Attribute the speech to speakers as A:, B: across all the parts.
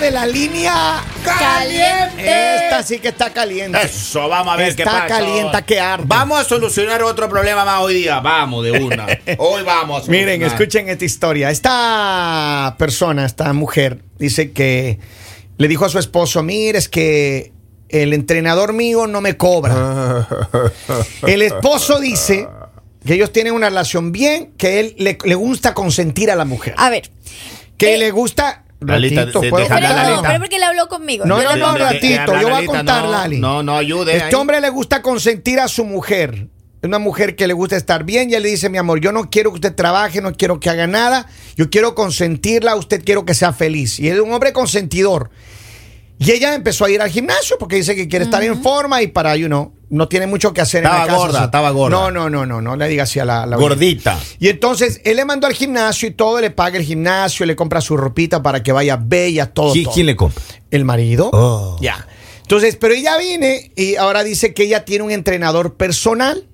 A: de la línea
B: Caliente.
A: Esta sí que está caliente.
C: Eso, vamos a ver qué
A: está
C: pasa.
A: caliente, que arde.
C: Vamos a solucionar otro problema más hoy día. Vamos, de una. Hoy vamos. a
A: Miren,
C: solucionar.
A: escuchen esta historia. Esta persona, esta mujer, dice que le dijo a su esposo, mire, es que el entrenador mío no me cobra. El esposo dice que ellos tienen una relación bien, que él le, le gusta consentir a la mujer.
B: A ver.
A: Que
B: Ah, eh,
A: le gusta...
C: Lalita,
A: Ratito,
C: de-
A: ¿puedo
C: deja
B: Pero
C: hablar,
A: contar?
B: no,
C: Lalita.
B: pero porque él habló conmigo.
A: No,
B: Yo
A: no,
B: le-
A: no,
C: de- de- de
A: ratito,
C: hablar,
A: yo voy a
C: Lalita,
A: contar,
C: no,
A: Lali.
C: no, no, ayude
A: Este
C: ahí.
A: hombre le gusta consentir a su mujer. Es una mujer que le gusta estar bien. Ya le dice, mi amor, yo no quiero que usted trabaje, no quiero que haga nada. Yo quiero consentirla, usted quiero que sea feliz. Y es un hombre consentidor. Y ella empezó a ir al gimnasio porque dice que quiere estar en forma y para, you know, no tiene mucho que hacer en
C: Estaba
A: la casa.
C: gorda,
A: O sea,
C: estaba gorda.
A: No, no, no, no, no le diga así a la, la
C: Gordita.
A: y entonces él le mandó al gimnasio y todo, le paga el gimnasio, le compra su ropita para que vaya bella, todo.
D: ¿Qui-
A: todo.
D: ¿Quién le compra?
A: El marido.
D: Oh.
A: Ya. Entonces, pero ella viene y ahora dice que ella tiene un entrenador personal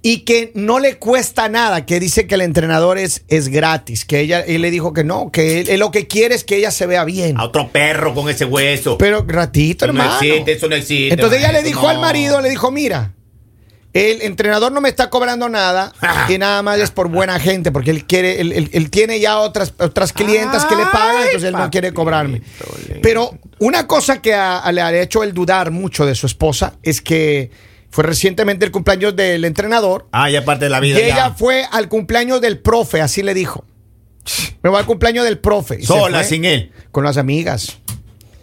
A: y que no le cuesta nada, que dice que el entrenador es, es gratis, que ella, él le dijo que no, que él, él lo que quiere es que ella se vea bien.
D: Ah,
C: A otro perro con ese hueso.
A: Pero ratito,
D: Pues
C: Eso no
A: hermano.
C: existe, eso no existe,
A: Entonces ella le
C: maestro,
A: dijo
C: no.
A: al marido, le dijo, mira, el entrenador no me está cobrando nada y nada más es por buena gente, porque él quiere, él, él- él tiene ya otras, otras clientas que le pagan,
C: Ay,
A: entonces él no quiere
C: papito
A: cobrarme.
C: lindo.
A: Pero una cosa que a- a- le ha hecho él dudar mucho de su esposa es que fue recientemente el cumpleaños del entrenador
C: Ah, ya parte de la
A: y
C: vida.
A: ella
C: ya.
A: fue al cumpleaños del profe, así le dijo. Me voy al cumpleaños del profe. Y se
C: Sola,
A: fue
C: sin él.
A: Con las amigas.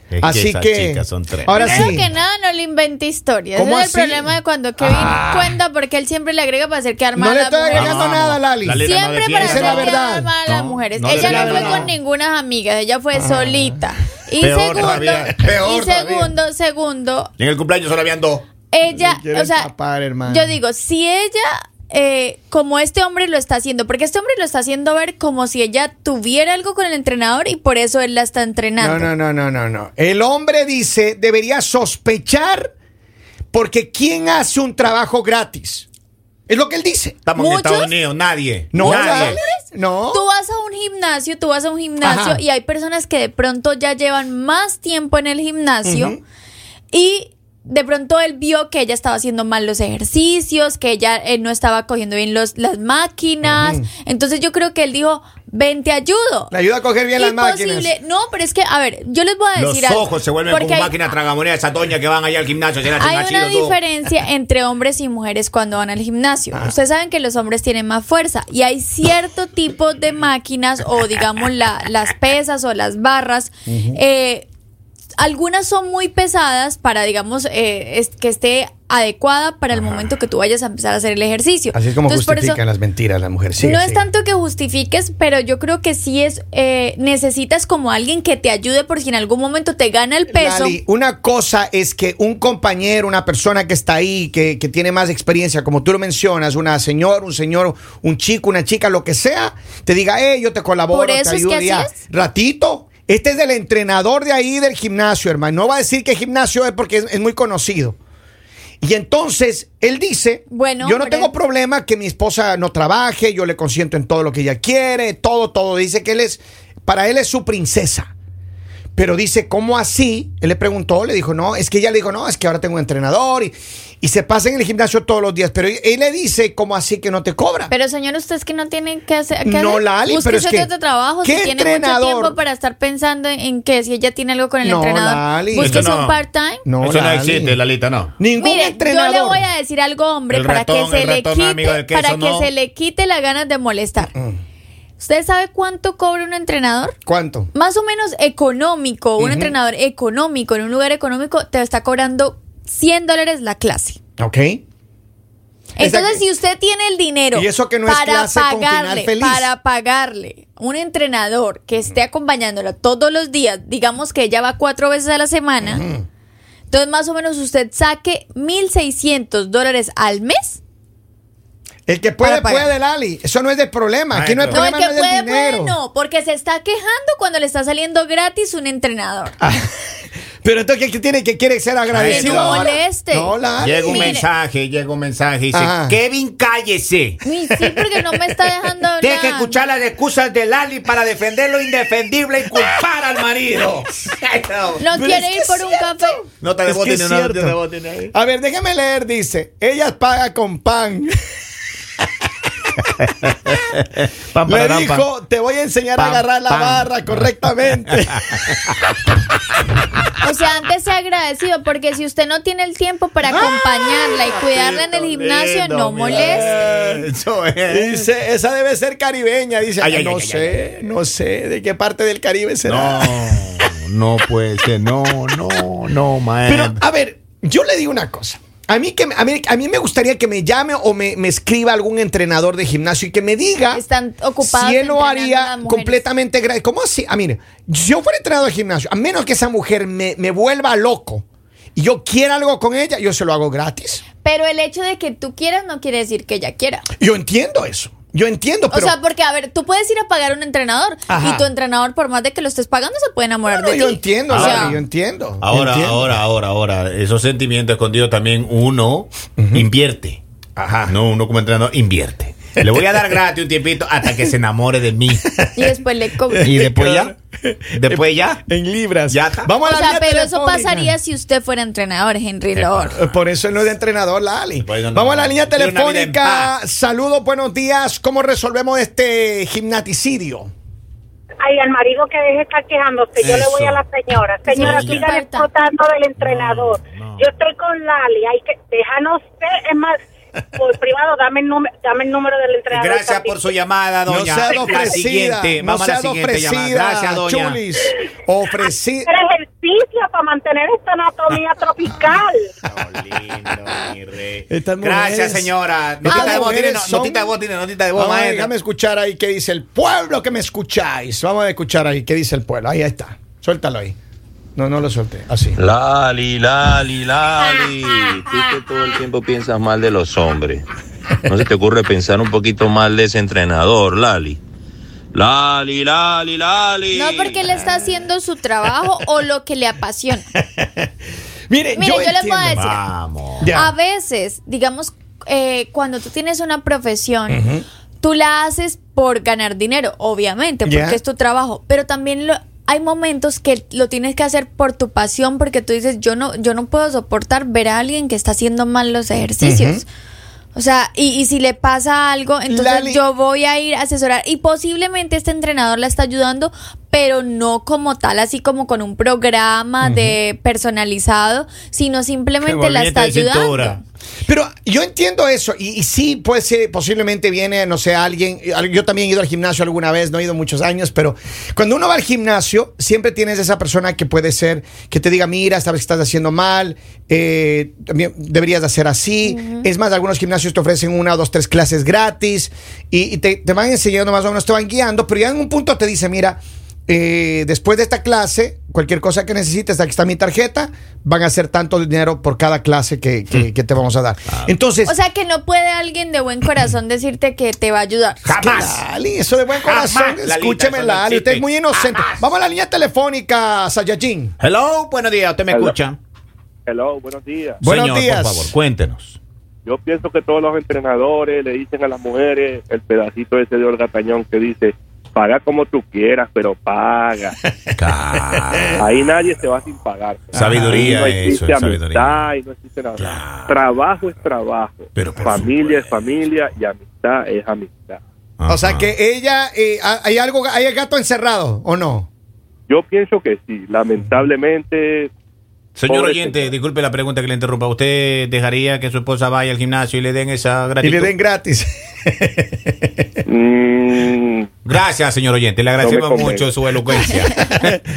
C: Es
A: Así
C: esas
A: que,
C: chicas son tres.
A: ahora
B: Primero
A: sí.
B: que nada, no le inventé historias. Ese
A: ¿Cómo
B: es el
A: así?
B: problema de cuando Kevin
C: Ah.
B: cuenta, porque él siempre le agrega para hacer quedar mal
A: No le
B: a
A: estoy
B: las mujeres.
A: agregando
C: Vamos,
A: nada,
C: vamos.
A: Lali.
C: Lali, Liliana, no
B: Siempre
C: defienda.
B: para hacer
A: Esa es la
B: quedar
A: verdad.
B: mal a las
C: No,
B: mujeres.
C: no
B: ella
C: defienda
B: no fue
C: la
B: con
C: verdad.
B: ninguna amiga, ella fue solita. Y
C: Peor
B: segundo,
C: todavía,
B: y
C: peor todavía.
B: segundo, segundo,
C: En el cumpleaños solo habían dos.
B: ella,
A: Me quieren
B: o sea,
A: tapar, hermano.
B: yo digo, si ella, eh, como este hombre lo está haciendo, porque este hombre lo está haciendo ver como si ella tuviera algo con el entrenador y por eso él la está entrenando.
A: No, no, no, no, no, no. El hombre dice, debería sospechar porque ¿quién hace un trabajo gratis? Es lo que él dice.
C: Estamos en
B: ¿Muchos?
C: Estados Unidos, nadie.
A: No,
C: nadie.
A: la- no.
B: Tú vas a un gimnasio, tú vas a un gimnasio
A: Ajá.
B: y hay personas que de pronto ya llevan más tiempo en el gimnasio y de pronto él vio que ella estaba haciendo mal los ejercicios, que ella eh, no estaba cogiendo bien los, las máquinas. Entonces yo creo que él dijo, ven, te ayudo.
A: Le ayuda a coger bien las
B: Imposible.
A: máquinas.
B: No, pero es que, a ver, yo les voy a
C: Los
B: decir algo.
C: ojos se vuelven
B: Porque
C: como
B: hay-
C: máquinas tragamonedas, esa doña que van allá al gimnasio. se la hacen
B: hay
C: así
B: una
C: los dos.
B: diferencia entre hombres y mujeres cuando van al gimnasio.
C: Ah.
B: Ustedes saben que los hombres tienen más fuerza y hay cierto tipo de máquinas o digamos la- las pesas o las barras. eh, algunas son muy pesadas para, digamos, eh, es- que esté adecuada para el momento que tú vayas a empezar a hacer el ejercicio.
A: Así es como
B: Entonces, por eso-
A: justifican las mentiras las mujeres.
B: no es tanto que justifiques, pero yo creo que sí es, eh, necesitas como alguien que te ayude por si en algún momento te gana el peso.
A: Lali, una cosa es que un compañero, una persona que está ahí, que, que tiene más experiencia, como tú lo mencionas, una señora, un señor, un chico, una chica, lo que sea, te diga, eh, yo te colaboro,
B: Por eso
A: te
B: es
A: ayudo.
B: que así
A: ya".
B: es.
A: Ratito. Este es del entrenador de ahí del gimnasio, hermano. No va a decir que gimnasio es porque es, es muy conocido. Y entonces él dice,
B: Bueno, e-".
A: yo no
B: hombre.
A: tengo problema que mi esposa no trabaje, yo le consiento en todo lo que ella quiere, todo, todo. Dice que él es, para él es su princesa. Pero dice, ¿cómo así? Él le preguntó, le dijo, no, es que ella le dijo, no, es que ahora tengo un entrenador y, y se pasa en el gimnasio todos los días. Pero él- él le dice, ¿cómo así que no te cobra?
B: Pero señor, usted es que no tiene que hacer. ¿qué
A: ah. No,
B: hacer?
A: Lali,
B: Búsquese
A: pero es que-
B: otro trabajo.
A: ¿qué
B: si tiene
A: entrenador?
B: mucho tiempo para estar pensando en, en que si ella tiene algo con el
A: No,
B: entrenador.
A: Lali.
B: Búsquese
C: Eso no.
B: un part-time.
A: no,
C: Eso no
A: Lali.
C: existe, Lalita, no.
A: Ningún
B: Mire,
A: entrenador.
B: yo le voy a decir algo, hombre,
C: El
B: para
C: ratón,
B: que se
C: el
B: le
C: ratón,
B: quite,
C: amigo del queso,
B: para que
C: no.
B: se le quite las ganas de molestar.
A: Mm.
B: ¿Usted sabe cuánto cobra un entrenador?
A: ¿Cuánto?
B: Más o menos económico, un entrenador económico en un lugar económico te está cobrando 100 dólares la clase.
A: Ok.
B: Entonces,
A: Exacto.
B: si usted tiene el dinero
A: Y eso que no es clase con final feliz.
B: para pagarle un entrenador que esté acompañándola todos los días, digamos que ella va cuatro veces a la semana, entonces más o menos usted saque 1.600 dólares al mes.
A: El que puede,
B: Para pagar.
A: puede, Lali. Eso no es del problema. Aquí no hay
C: Maestro.
B: No, el
A: problema,
B: que
A: no, es
B: puede,
A: del dinero.
B: puede, no, porque se está quejando cuando le está saliendo gratis un entrenador.
A: Pero entonces, ¿qué tiene? ¿Que quiere ser agradecido?
B: Que no
A: ahora?
B: moleste.
A: No, la-
C: Llega un
B: Mire.
C: mensaje, llega un mensaje y dice,
A: Ajá.
C: Kevin, cállese.
B: Uy, sí, porque no me está dejando hablar.
C: Tienes que escuchar las excusas de Lali para defender lo indefendible y culpar al marido.
B: No
A: Pero es
B: quiere
A: que
B: ir por
A: es
B: un
A: cierto.
B: café.
C: No te
A: Es que
C: deboten,
A: es
C: no, no
A: cierto.
C: te deboten ahí.
A: A ver, déjame leer, dice. Ella paga con pan.
D: Pam,
A: Le
D: pararán, pam.
A: dijo, te voy a enseñar a
D: Pam,
A: agarrar la
D: pam.
A: barra correctamente.
B: O sea, antes sea agradecido, porque si usted no tiene el tiempo para
A: Ah,
B: acompañarla y cuidarla en el gimnasio, no moleste.
C: Eso es.
A: Dice, esa debe ser caribeña. Dice,
C: Ay, ay,
A: no
C: ay, ay,
A: sé, no sé de qué parte del Caribe será.
D: No, no puede ser. No, no, no,
A: Pero,
D: maestro.
A: a ver, yo le digo una cosa. A mí, que, a mí, a mí me gustaría que me llame o me, me escriba algún entrenador de gimnasio y que me diga
B: Están ocupados
A: si él lo
B: entrenando a
A: haría
B: las mujeres.
A: completamente gratis. ¿Cómo así? Ah, mire, si yo fuera entrenador de gimnasio, a menos que esa mujer me, me vuelva loco y yo quiera algo con ella, yo se lo hago gratis.
B: Pero el hecho de que tú quieras no quiere decir que ella quiera.
A: Yo entiendo eso. Yo entiendo,
B: O
A: pero...
B: sea, porque, a ver, tú puedes ir a pagar a un entrenador
A: Ajá.
B: y tu entrenador, por más de que lo estés pagando, se puede enamorar
A: Bueno,
B: de
A: yo
B: ti.
A: entiendo,
B: O
C: Ah.
A: Larry,
B: sea,
A: yo entiendo.
D: Ahora,
A: entiendo.
D: ahora, ahora, ahora, esos sentimientos escondidos también uno invierte. Ajá. No, uno como entrenador invierte.
C: Le voy a dar gratis un tiempito hasta que se enamore de mí.
B: Y después le cobro.
D: Y después ya, después ya.
A: En libras.
D: Ya está.
A: Vamos
B: O
A: a la
B: sea,
A: vía
B: pero eso
A: telefónica.
B: pasaría si usted fuera entrenador, Henry Lord.
A: Eh, Por eso no es de entrenador, Lali.
D: Pues no, no.
A: Vamos a la línea
C: Tiene una vida en
A: telefónica. Saludos, buenos días. ¿Cómo resolvemos este gimnaticidio?
E: Ay, al marido que deje estar quejándose, yo le
D: Eso.
E: voy a la señora. Señora,
B: Sí,
E: siga
B: ya.
E: explotando del entrenador.
D: No, no.
E: Yo estoy con Lali, hay que, déjanos ser, es más, por privado, dame el, número, dame el número del entrenador.
C: Gracias por su llamada,
A: No
C: doña.
A: sea
C: la
A: ofrecida.
C: siguiente,
A: No
C: vamos a la
A: sea
C: siguiente llamada.
A: ofrecida.
C: Gracias, doña.
A: Chulis. Ofrecida.
E: Hacer ejercicio para mantener esta anatomía tropical.
C: No, lindo, mi rey.
A: Estas mujeres-
C: Gracias, señora.
A: estas
C: Notita de voz
A: mujeres
C: tiene, no-
A: son-
C: notita de voz tiene, notita de voz,
A: Vamos a ver,
C: maestra.
A: déjame escuchar ahí qué dice el pueblo que me escucháis. Vamos a escuchar ahí qué dice el pueblo. Ahí está. Suéltalo ahí. No, no lo suelte. Así.
F: Lali, Lali, Lali. Tú que todo el tiempo piensas mal de los hombres. No se te ocurre pensar un poquito mal de ese entrenador, Lali. Lali, Lali, Lali.
B: No porque él está haciendo su trabajo o lo que le apasiona.
A: Mire,
B: Mire, yo le
A: entiendo.
B: puedo decir-
C: Ah. Vamos.
A: Ya.
B: A veces, digamos, eh, cuando tú tienes una profesión, tú la haces por ganar dinero, obviamente, porque
A: Ya.
B: es tu trabajo, pero también lo- Hay momentos que lo tienes que hacer por tu pasión porque tú dices, yo no yo no puedo soportar ver a alguien que está haciendo mal los ejercicios. O sea, y, y si le pasa algo, entonces
A: Lali-
B: yo voy a ir a asesorar y posiblemente este entrenador la está ayudando, pero no como tal, así como con un programa de personalizado, sino simplemente la está
D: Movimiento de
B: ayudando.
D: cintura.
A: Pero yo entiendo eso y, y sí, puede ser, posiblemente viene, no sé, alguien, yo también he ido al gimnasio alguna vez, no he ido muchos años, pero cuando uno va al gimnasio, siempre tienes esa persona que puede ser, que te diga, mira, sabes que estás haciendo mal, eh, también deberías de hacer así. Es más, algunos gimnasios te ofrecen una, dos, tres clases gratis y, y te, te van enseñando más o menos, te van guiando, pero ya en un punto te dice, mira, eh, después de esta clase, cualquier cosa que necesites, aquí está mi tarjeta, van a ser tanto dinero por cada clase que, que-
D: Hmm.
A: que te vamos a dar.
D: Ah.
A: Entonces,
B: O sea que no puede alguien de buen corazón decirte que te va a ayudar.
C: Jamás.
A: Lali, eso de buen corazón,
C: Jamás, Lalita,
A: escúcheme,
C: eso no
A: Lali, usted
C: existe.
A: es muy inocente. Vamos a la línea telefónica, Sayajin.
C: Hello, buenos días. ¿Usted me
G: Hello.
C: escucha?
G: Hello, buenos días.
A: Buenos
D: Señor,
A: días.
D: por favor, cuéntenos.
G: Yo pienso que todos los entrenadores le dicen a las mujeres el pedacito ese de Olga Tañón que dice, paga como tú quieras, pero paga.
D: Ca-
G: Ahí nadie se va sin pagar.
D: Sabiduría,
G: Ahí no
D: eso
G: existe
D: es
G: amistad,
D: sabiduría.
G: ahí no existe nada.
D: Claro.
G: Trabajo es trabajo.
D: Pero por
G: familia es
D: supuesto.
G: familia y amistad es amistad.
A: O sea
D: Ajá.
A: que ella, eh, ha- hay algo, hay el gato encerrado, ¿o no?
G: Yo pienso que sí, lamentablemente
D: Señor
G: Pobre
D: oyente,
G: señor.
D: disculpe la pregunta que le interrumpa. ¿Usted dejaría que su esposa vaya al gimnasio y le den esa
A: Y
D: gratitud?
A: le den gratis.
G: mm,
D: Gracias, señor oyente. Le agradecemos
G: convence.
D: mucho su elocuencia.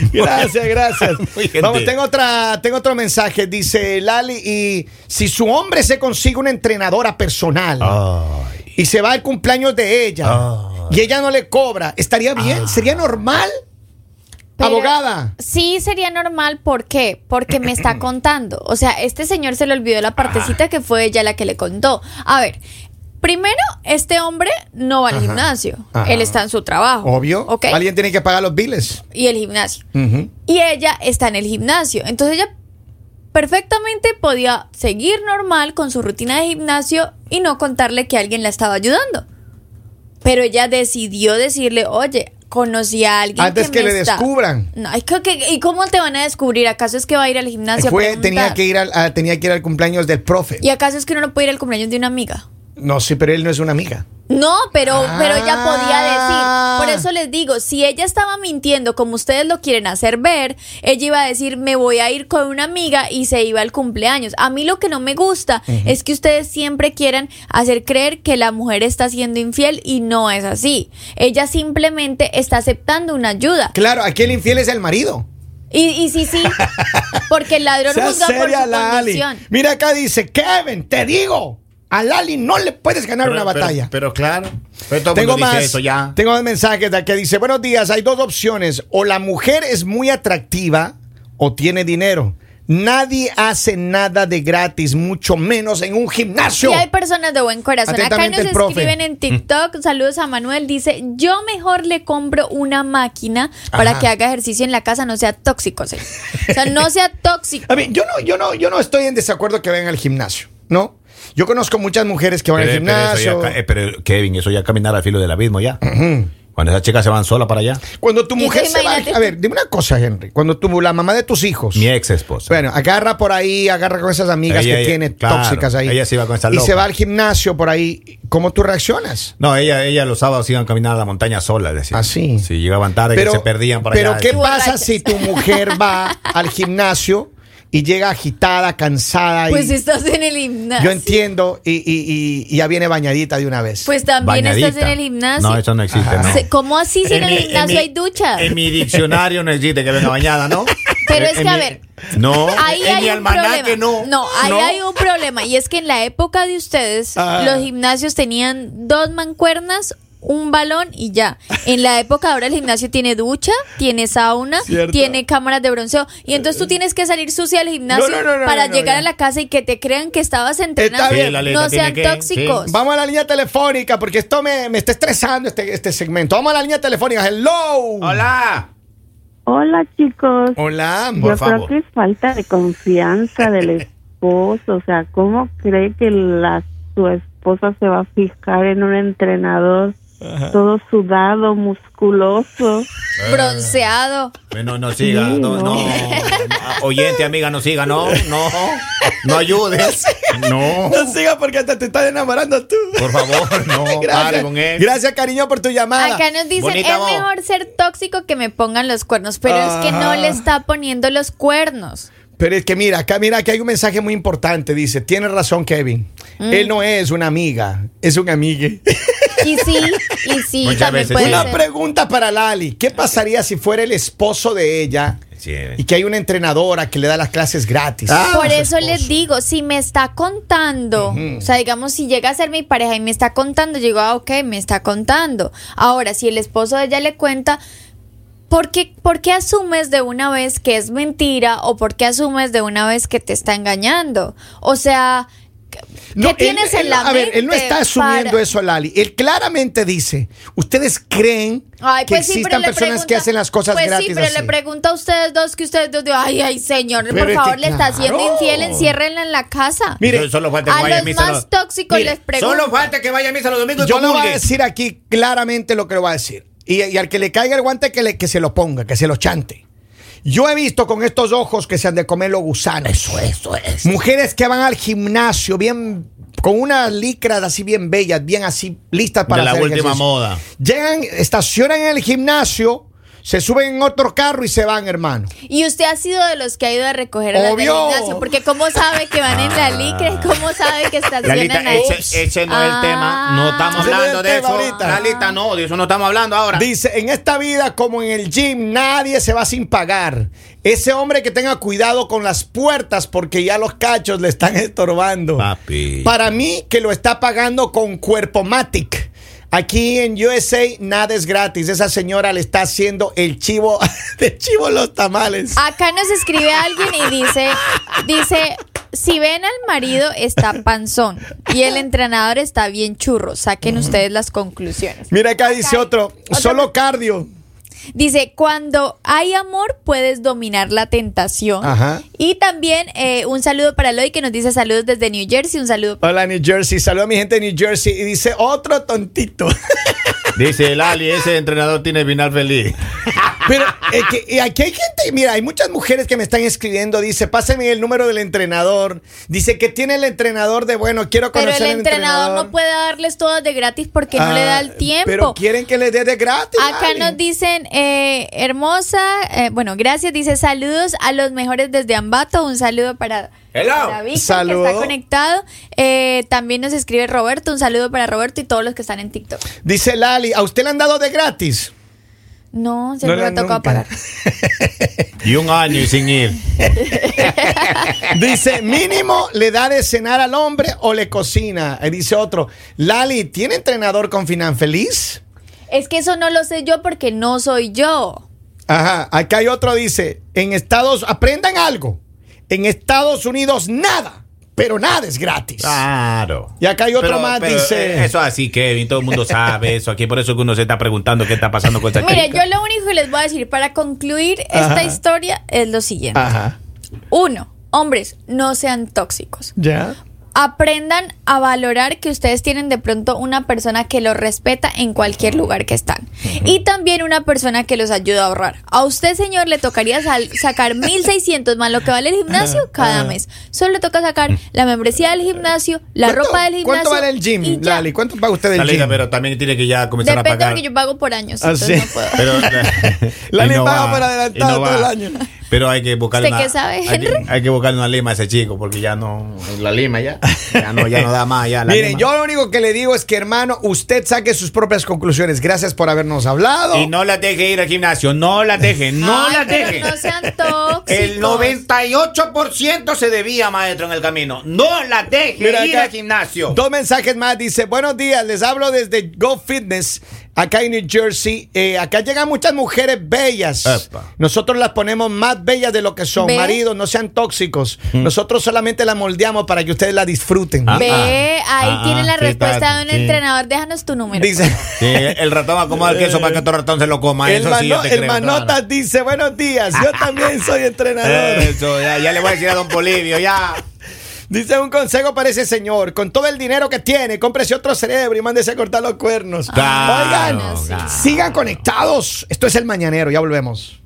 A: gracias, gracias.
D: Muy gentil.
A: Vamos, tengo, otra, tengo otro mensaje. Dice Lali, y si su hombre se consigue una entrenadora personal,
D: Ah. Ay.
A: y se va al cumpleaños de ella
D: Ah.
A: y ella no le cobra, ¿estaría bien? ¿Sería normal?
B: Pero
A: Abogada.
B: Sí, sería normal. ¿Por qué? Porque me está contando. O sea, este señor se le olvidó la partecita que fue ella la que le contó. A ver, Primero, este hombre no va al gimnasio.
A: Ajá.
B: Él está en su trabajo.
A: Obvio.
B: ¿Ok?
A: Alguien tiene que pagar los biles.
B: Y el gimnasio.
A: Ujú.
B: Y ella está en el gimnasio. Entonces ella perfectamente podía seguir normal con su rutina de gimnasio y no contarle que alguien la estaba ayudando. Pero ella decidió decirle, oye, conocí a alguien.
A: Antes que
B: me
A: le
B: está-".
A: descubran.
B: No, es que- que- ¿Y cómo te van a descubrir? ¿Acaso es que va a ir al gimnasio? a
A: Fue,
B: preguntar?
A: tenía, que ir al, a- tenía que ir al cumpleaños del profe.
B: ¿Y acaso es que uno no puede ir al cumpleaños de una amiga?
A: No, sí, pero él no es una amiga.
B: No, pero, pero ella
A: Ah.
B: podía decir. Por eso les digo, si ella estaba mintiendo como ustedes lo quieren hacer ver, ella iba a decir, me voy a ir con una amiga y se iba al cumpleaños. A mí lo que no me gusta es que ustedes siempre quieran hacer creer que la mujer está siendo infiel y no es así. Ella simplemente está aceptando una ayuda.
A: Claro, aquí el infiel es el marido.
B: Y, y sí, sí, porque el ladrón
A: Sea
B: juzga por
A: seria,
B: su
A: Lali.
B: condición.
A: Mira acá dice, Kevin, te digo, a Lali no le puedes ganar una batalla.
D: Pero, claro. Pero todo el
A: tengo
D: mundo dice
A: más,
D: eso ya.
A: tengo más mensajes de aquí. Dice, buenos días, hay dos opciones. O la mujer es muy atractiva o tiene dinero. Nadie hace nada de gratis, mucho menos en un gimnasio.
B: Y hay personas de buen corazón. Acá
A: Atentamente
B: nos
A: el profe.
B: escriben en TikTok. Saludos a Manuel. Dice: Yo mejor le compro una máquina para
A: Ajá.
B: que haga ejercicio en la casa. No sea tóxico. señor. O sea, no sea tóxico.
A: A ver, yo no, yo no, yo no estoy en desacuerdo que vayan al gimnasio, ¿no? Yo conozco muchas mujeres que van al
D: Pero- pero eso ya
A: gimnasio.
D: ca- eh, pero, Kevin, eso ya caminar al filo del abismo ya. Cuando esas chicas se van sola para allá.
A: Cuando tu
B: Y tú
A: mujer se va,
B: imagínate.
A: a ver, dime una cosa, Henry. Cuando tu la mamá de tus hijos,
D: Mi ex esposa.
A: bueno, agarra por ahí, agarra con esas amigas
D: Ella-
A: que
D: ella-
A: tiene
D: claro,
A: tóxicas ahí,
D: ella se iba con esa
A: y se
D: loca.
A: va al gimnasio por ahí, ¿cómo tú reaccionas?
D: No, ella, ella los sábados iban a caminar a la montaña sola, decía.
A: Ah, sí.
D: Sí, llegaban tarde que se perdían por
A: pero
D: allá.
A: ¿qué
B: Tú
A: pasa
B: borrachas.
A: si tu mujer va al gimnasio y llega agitada, cansada? y-
B: Pues estás en el gimnasio.
A: yo entiendo y, y- y- y ya viene bañadita de una vez.
B: Pues también estás en
D: Bañadita.
B: el gimnasio.
D: No, eso no existe,
A: Ajá.
D: no.
B: Se- ¿Cómo así si en,
D: mi-
B: el gimnasio
D: mi-
B: hay ducha?
D: En mi diccionario no existe que venga bañada, ¿no?
B: Pero
D: Eh,
B: es
D: en
B: que, a
D: mi-
B: ver,
D: No,
B: Ahí
D: en
B: hay
D: mi
B: un
D: almanaque
B: problema.
D: no.
B: ahí hay un problema. Y es que en la época de ustedes,
A: Ah.
B: los gimnasios tenían dos mancuernas, un balón y ya. En la época ahora el gimnasio tiene ducha, tiene sauna,
A: Cierto. Eh,
B: tiene cámaras de bronceo. Y entonces tú tienes que salir sucia al gimnasio
A: No, no, no, no,
B: para
A: no,
B: llegar
A: ya.
B: a la casa y que te crean que estabas entrenando.
A: Está bien. Sí,
D: la letra
B: no
D: tiene
B: sean
D: que-
B: tóxicos.
D: sí.
A: Vamos a la línea telefónica porque esto me, me está estresando este, este segmento. Vamos a la línea telefónica. Hello.
D: Hola.
H: Hola chicos,
A: Hola.
H: yo
D: favor.
H: creo que es falta de confianza del esposo, o sea, ¿cómo cree que la, su esposa se va a fijar en un entrenador todo sudado, musculoso?
B: Bronceado.
D: No, no siga,
H: Sí,
D: no,
H: no.
D: no.
A: Ah,
D: Oyente, amiga, no siga, no, no. No ayudes. No.
A: No sigas porque hasta te estás enamorando tú.
D: Por favor, no. Pare
A: Gracias,
D: con él.
A: Gracias, cariño, por tu llamada.
B: Acá nos dicen,
D: Bonita
B: es
D: voz".
B: mejor ser tóxico que me pongan los cuernos, pero es que no
A: Ah.
B: le está poniendo los cuernos.
A: Pero es que mira, acá mira que hay un mensaje muy importante. Dice, tienes razón, Kevin.
B: Mm.
A: Él no es una amiga, es un amigue.
B: Y sí, y sí,
D: Muchas
B: también
D: veces,
B: puede
D: sí.
A: una
B: ser.
A: pregunta para Lali. ¿Qué pasaría si fuera el esposo de ella
D: Sí.
A: y que hay una entrenadora que le da las clases gratis?
B: Por
A: a su
B: eso
A: esposo?
B: les digo, si me está contando, o sea, digamos, si llega a ser mi pareja y me está contando, yo digo, ah, ok, me está contando. Ahora, si el esposo de ella le cuenta, ¿por qué, por qué asumes de una vez que es mentira o por qué asumes de una vez que te está engañando? O sea, ¿qué
A: No,
B: qué tienes
A: él-
B: en
A: él-
B: la
A: A ver, él no
B: mente
A: está asumiendo
B: para-
A: eso, Lali. Él claramente dice, ustedes creen
B: Ay,
A: que
B: pues sí, pero
A: existan
B: le
A: personas
B: pregunta-
A: que hacen las cosas
B: pues
A: gratis
B: Sí, pero le
A: así?
B: pregunto a ustedes dos que ustedes dos digo, ay, ay, señor,
A: Pero
B: por
A: es
B: favor,
A: que
B: le está haciendo
A: claro.
B: infiel, enciérrenla en la casa.
A: Mire,
D: Solo- solo falta que
B: a
D: vaya
B: los
D: misa
B: más
D: los-
B: tóxicos
A: Mire,
B: les pregunto.
C: Solo falta que vaya a misa los domingos y
A: Yo no voy a
C: comulgue.
A: decir aquí claramente lo que lo voy a decir. Y, y al que le caiga el guante, que, le- que se lo ponga, que se lo chante. Yo he visto con estos ojos que se han de comer los gusanos. Eso, eso, eso. Mujeres que van al gimnasio bien con unas licras así bien bellas, bien así listas para
D: De la
A: hacer
D: última
A: ejercicio.
D: moda.
A: Llegan, estacionan en el gimnasio, se suben en otro carro y se van, hermano.
B: Y usted ha sido de los que ha ido a recoger a las del
A: Obvio.
B: gimnasio, porque cómo sabe que van en la licra y cómo sabe que
D: Ah. Lalita,
B: estacionan ahí.
D: ese, ese no es
B: Ah.
D: el tema. No estamos
A: Ese no es
D: hablando
A: el
D: de
A: tema
D: eso.
A: ahorita.
D: Lalita, no, de eso no estamos hablando ahora.
A: Dice, en esta vida como en el gym, nadie se va sin pagar. Ese hombre que tenga cuidado con las puertas porque ya los cachos le están estorbando.
D: Papi.
A: Para mí que lo está pagando con Cuerpo Matic. Aquí en USA nada es gratis. Esa señora le está haciendo el
B: Ah,
A: chivo de chivo los tamales.
B: Acá nos escribe alguien y dice, dice, si ven al marido está panzón y el entrenador está bien churro, saquen ustedes las conclusiones.
A: Mira acá dice otro, solo cardio.
B: Dice, cuando hay amor puedes dominar la tentación.
A: Ajá.
B: Y también eh, un saludo para Eloy que nos dice saludos desde New Jersey, un saludo.
A: Hola New Jersey, saluda a mi gente de New Jersey y dice otro tontito.
D: Dice Lali, ese entrenador tiene final feliz.
A: Pero eh, que- y aquí hay gente, mira, hay muchas mujeres que me están escribiendo, dice, pásenme el número del entrenador, dice que tiene el entrenador de bueno, quiero
B: Pero
A: conocer
B: el
A: al
B: entrenador no puede darles todas de gratis porque no le da el
A: Ah,
B: tiempo.
A: Pero quieren que le dé de gratis.
B: Acá
A: Lali.
B: nos dicen, eh, hermosa, eh, bueno, gracias, dice saludos a los mejores desde Ambato, un saludo para,
C: Hello.
B: para Víctor,
A: Saludo.
B: que está conectado. Eh, también nos escribe Roberto, un saludo para Roberto y todos los que están en TikTok.
A: Dice Lali, ¿a usted le han dado de gratis?
B: No, se
A: No
B: me
A: le
B: ha
A: han
B: tocado
A: nunca.
B: pagar.
D: Y un año y sin ir.
A: Dice, mínimo le da de cenar al hombre o le cocina. Y dice otro, Lali, ¿tiene entrenador con Finan Feliz?
B: Es que eso no lo sé yo porque no soy yo.
A: Ajá, acá hay otro, dice, en Estados, aprendan algo, en Estados Unidos nada, pero nada es gratis.
D: Ah, Claro.
A: Y acá hay otro más, dice-
D: eh, Eso así, Kevin, todo el mundo sabe eso. Aquí por eso que uno se está preguntando qué está pasando con esta
B: Mira,
D: chica.
B: yo lo único que les voy a decir para concluir
A: Ajá. Ah.
B: esta historia es lo siguiente.
A: Ajá,
B: Uno, hombres, no sean tóxicos.
A: ya.
B: aprendan a valorar que ustedes tienen de pronto una persona que los respeta en cualquier lugar que están. Y también una persona que los ayuda a ahorrar. A usted, señor, le tocaría sal- sacar 1.600 más lo que vale el gimnasio cada mes. Solo le toca
D: Mm.
B: sacar la membresía del gimnasio, la
A: ¿Cuánto-
B: ropa del gimnasio.
A: ¿Cuánto vale el
B: y
A: gym,
B: ya.
A: Lali? ¿Cuánto paga usted el
D: Lali,
A: gym?
D: pero también tiene que ya comenzar
B: Depende
D: a
B: de
D: pagar.
B: lo que yo pago por años.
A: Ah,
B: entonces
A: sí.
B: no puedo.
D: Pero, eh,
A: Lali
D: y no
A: paga
D: va,
A: por adelantado
D: y no
A: todo el
D: va.
A: año.
D: Pero hay que buscarle
B: ¿Usted
D: una,
B: qué sabe,
D: hay, que,
B: Henry?
D: hay que buscarle una lima a ese chico porque ya no Pues la lima ya, ya no ya no da más ya. la
A: Miren,
D: lima.
A: yo lo único que le digo es que, hermano, usted saque sus propias conclusiones. Gracias por habernos hablado.
D: y no la deje ir al gimnasio, no la deje, no
B: Ay,
D: la
B: pero
D: deje.
B: No sean tóxicos.
D: El 98% se debía, maestro, en el camino. No la deje
A: Mira
D: ir
A: acá,
D: al gimnasio.
A: Dos mensajes más. Dice, buenos días, les hablo desde Go Fitness, acá en New Jersey. Eh, acá llegan muchas mujeres bellas.
D: Epa.
A: Nosotros las ponemos más bellas de lo que son.
B: ¿Ve?
A: Maridos, no sean tóxicos. Nosotros solamente las moldeamos para que ustedes la disfruten.
D: Mm. Ah,
B: Ve,
D: ah,
B: ahí
D: ah,
B: tienen la
D: sí,
B: respuesta
D: está,
B: de un
D: sí.
B: entrenador. Déjanos tu número.
A: Dice...
D: Sí, el ratón acomoda el queso para que otro ratón se lo coma.
A: El,
D: Eso sí, yo
A: Mano-
D: te
A: el
D: creo.
A: Manotas dice, buenos días, yo también soy entrenador.
D: Eso, ya, ya le voy a decir a don Polivio, ya.
A: Dice un consejo para ese señor, con todo el dinero que tiene, cómprese otro cerebro y mándese a cortar los cuernos.
D: Claro,
A: Oigan,
D: claro.
A: sigan conectados. Esto es El Mañanero, ya volvemos.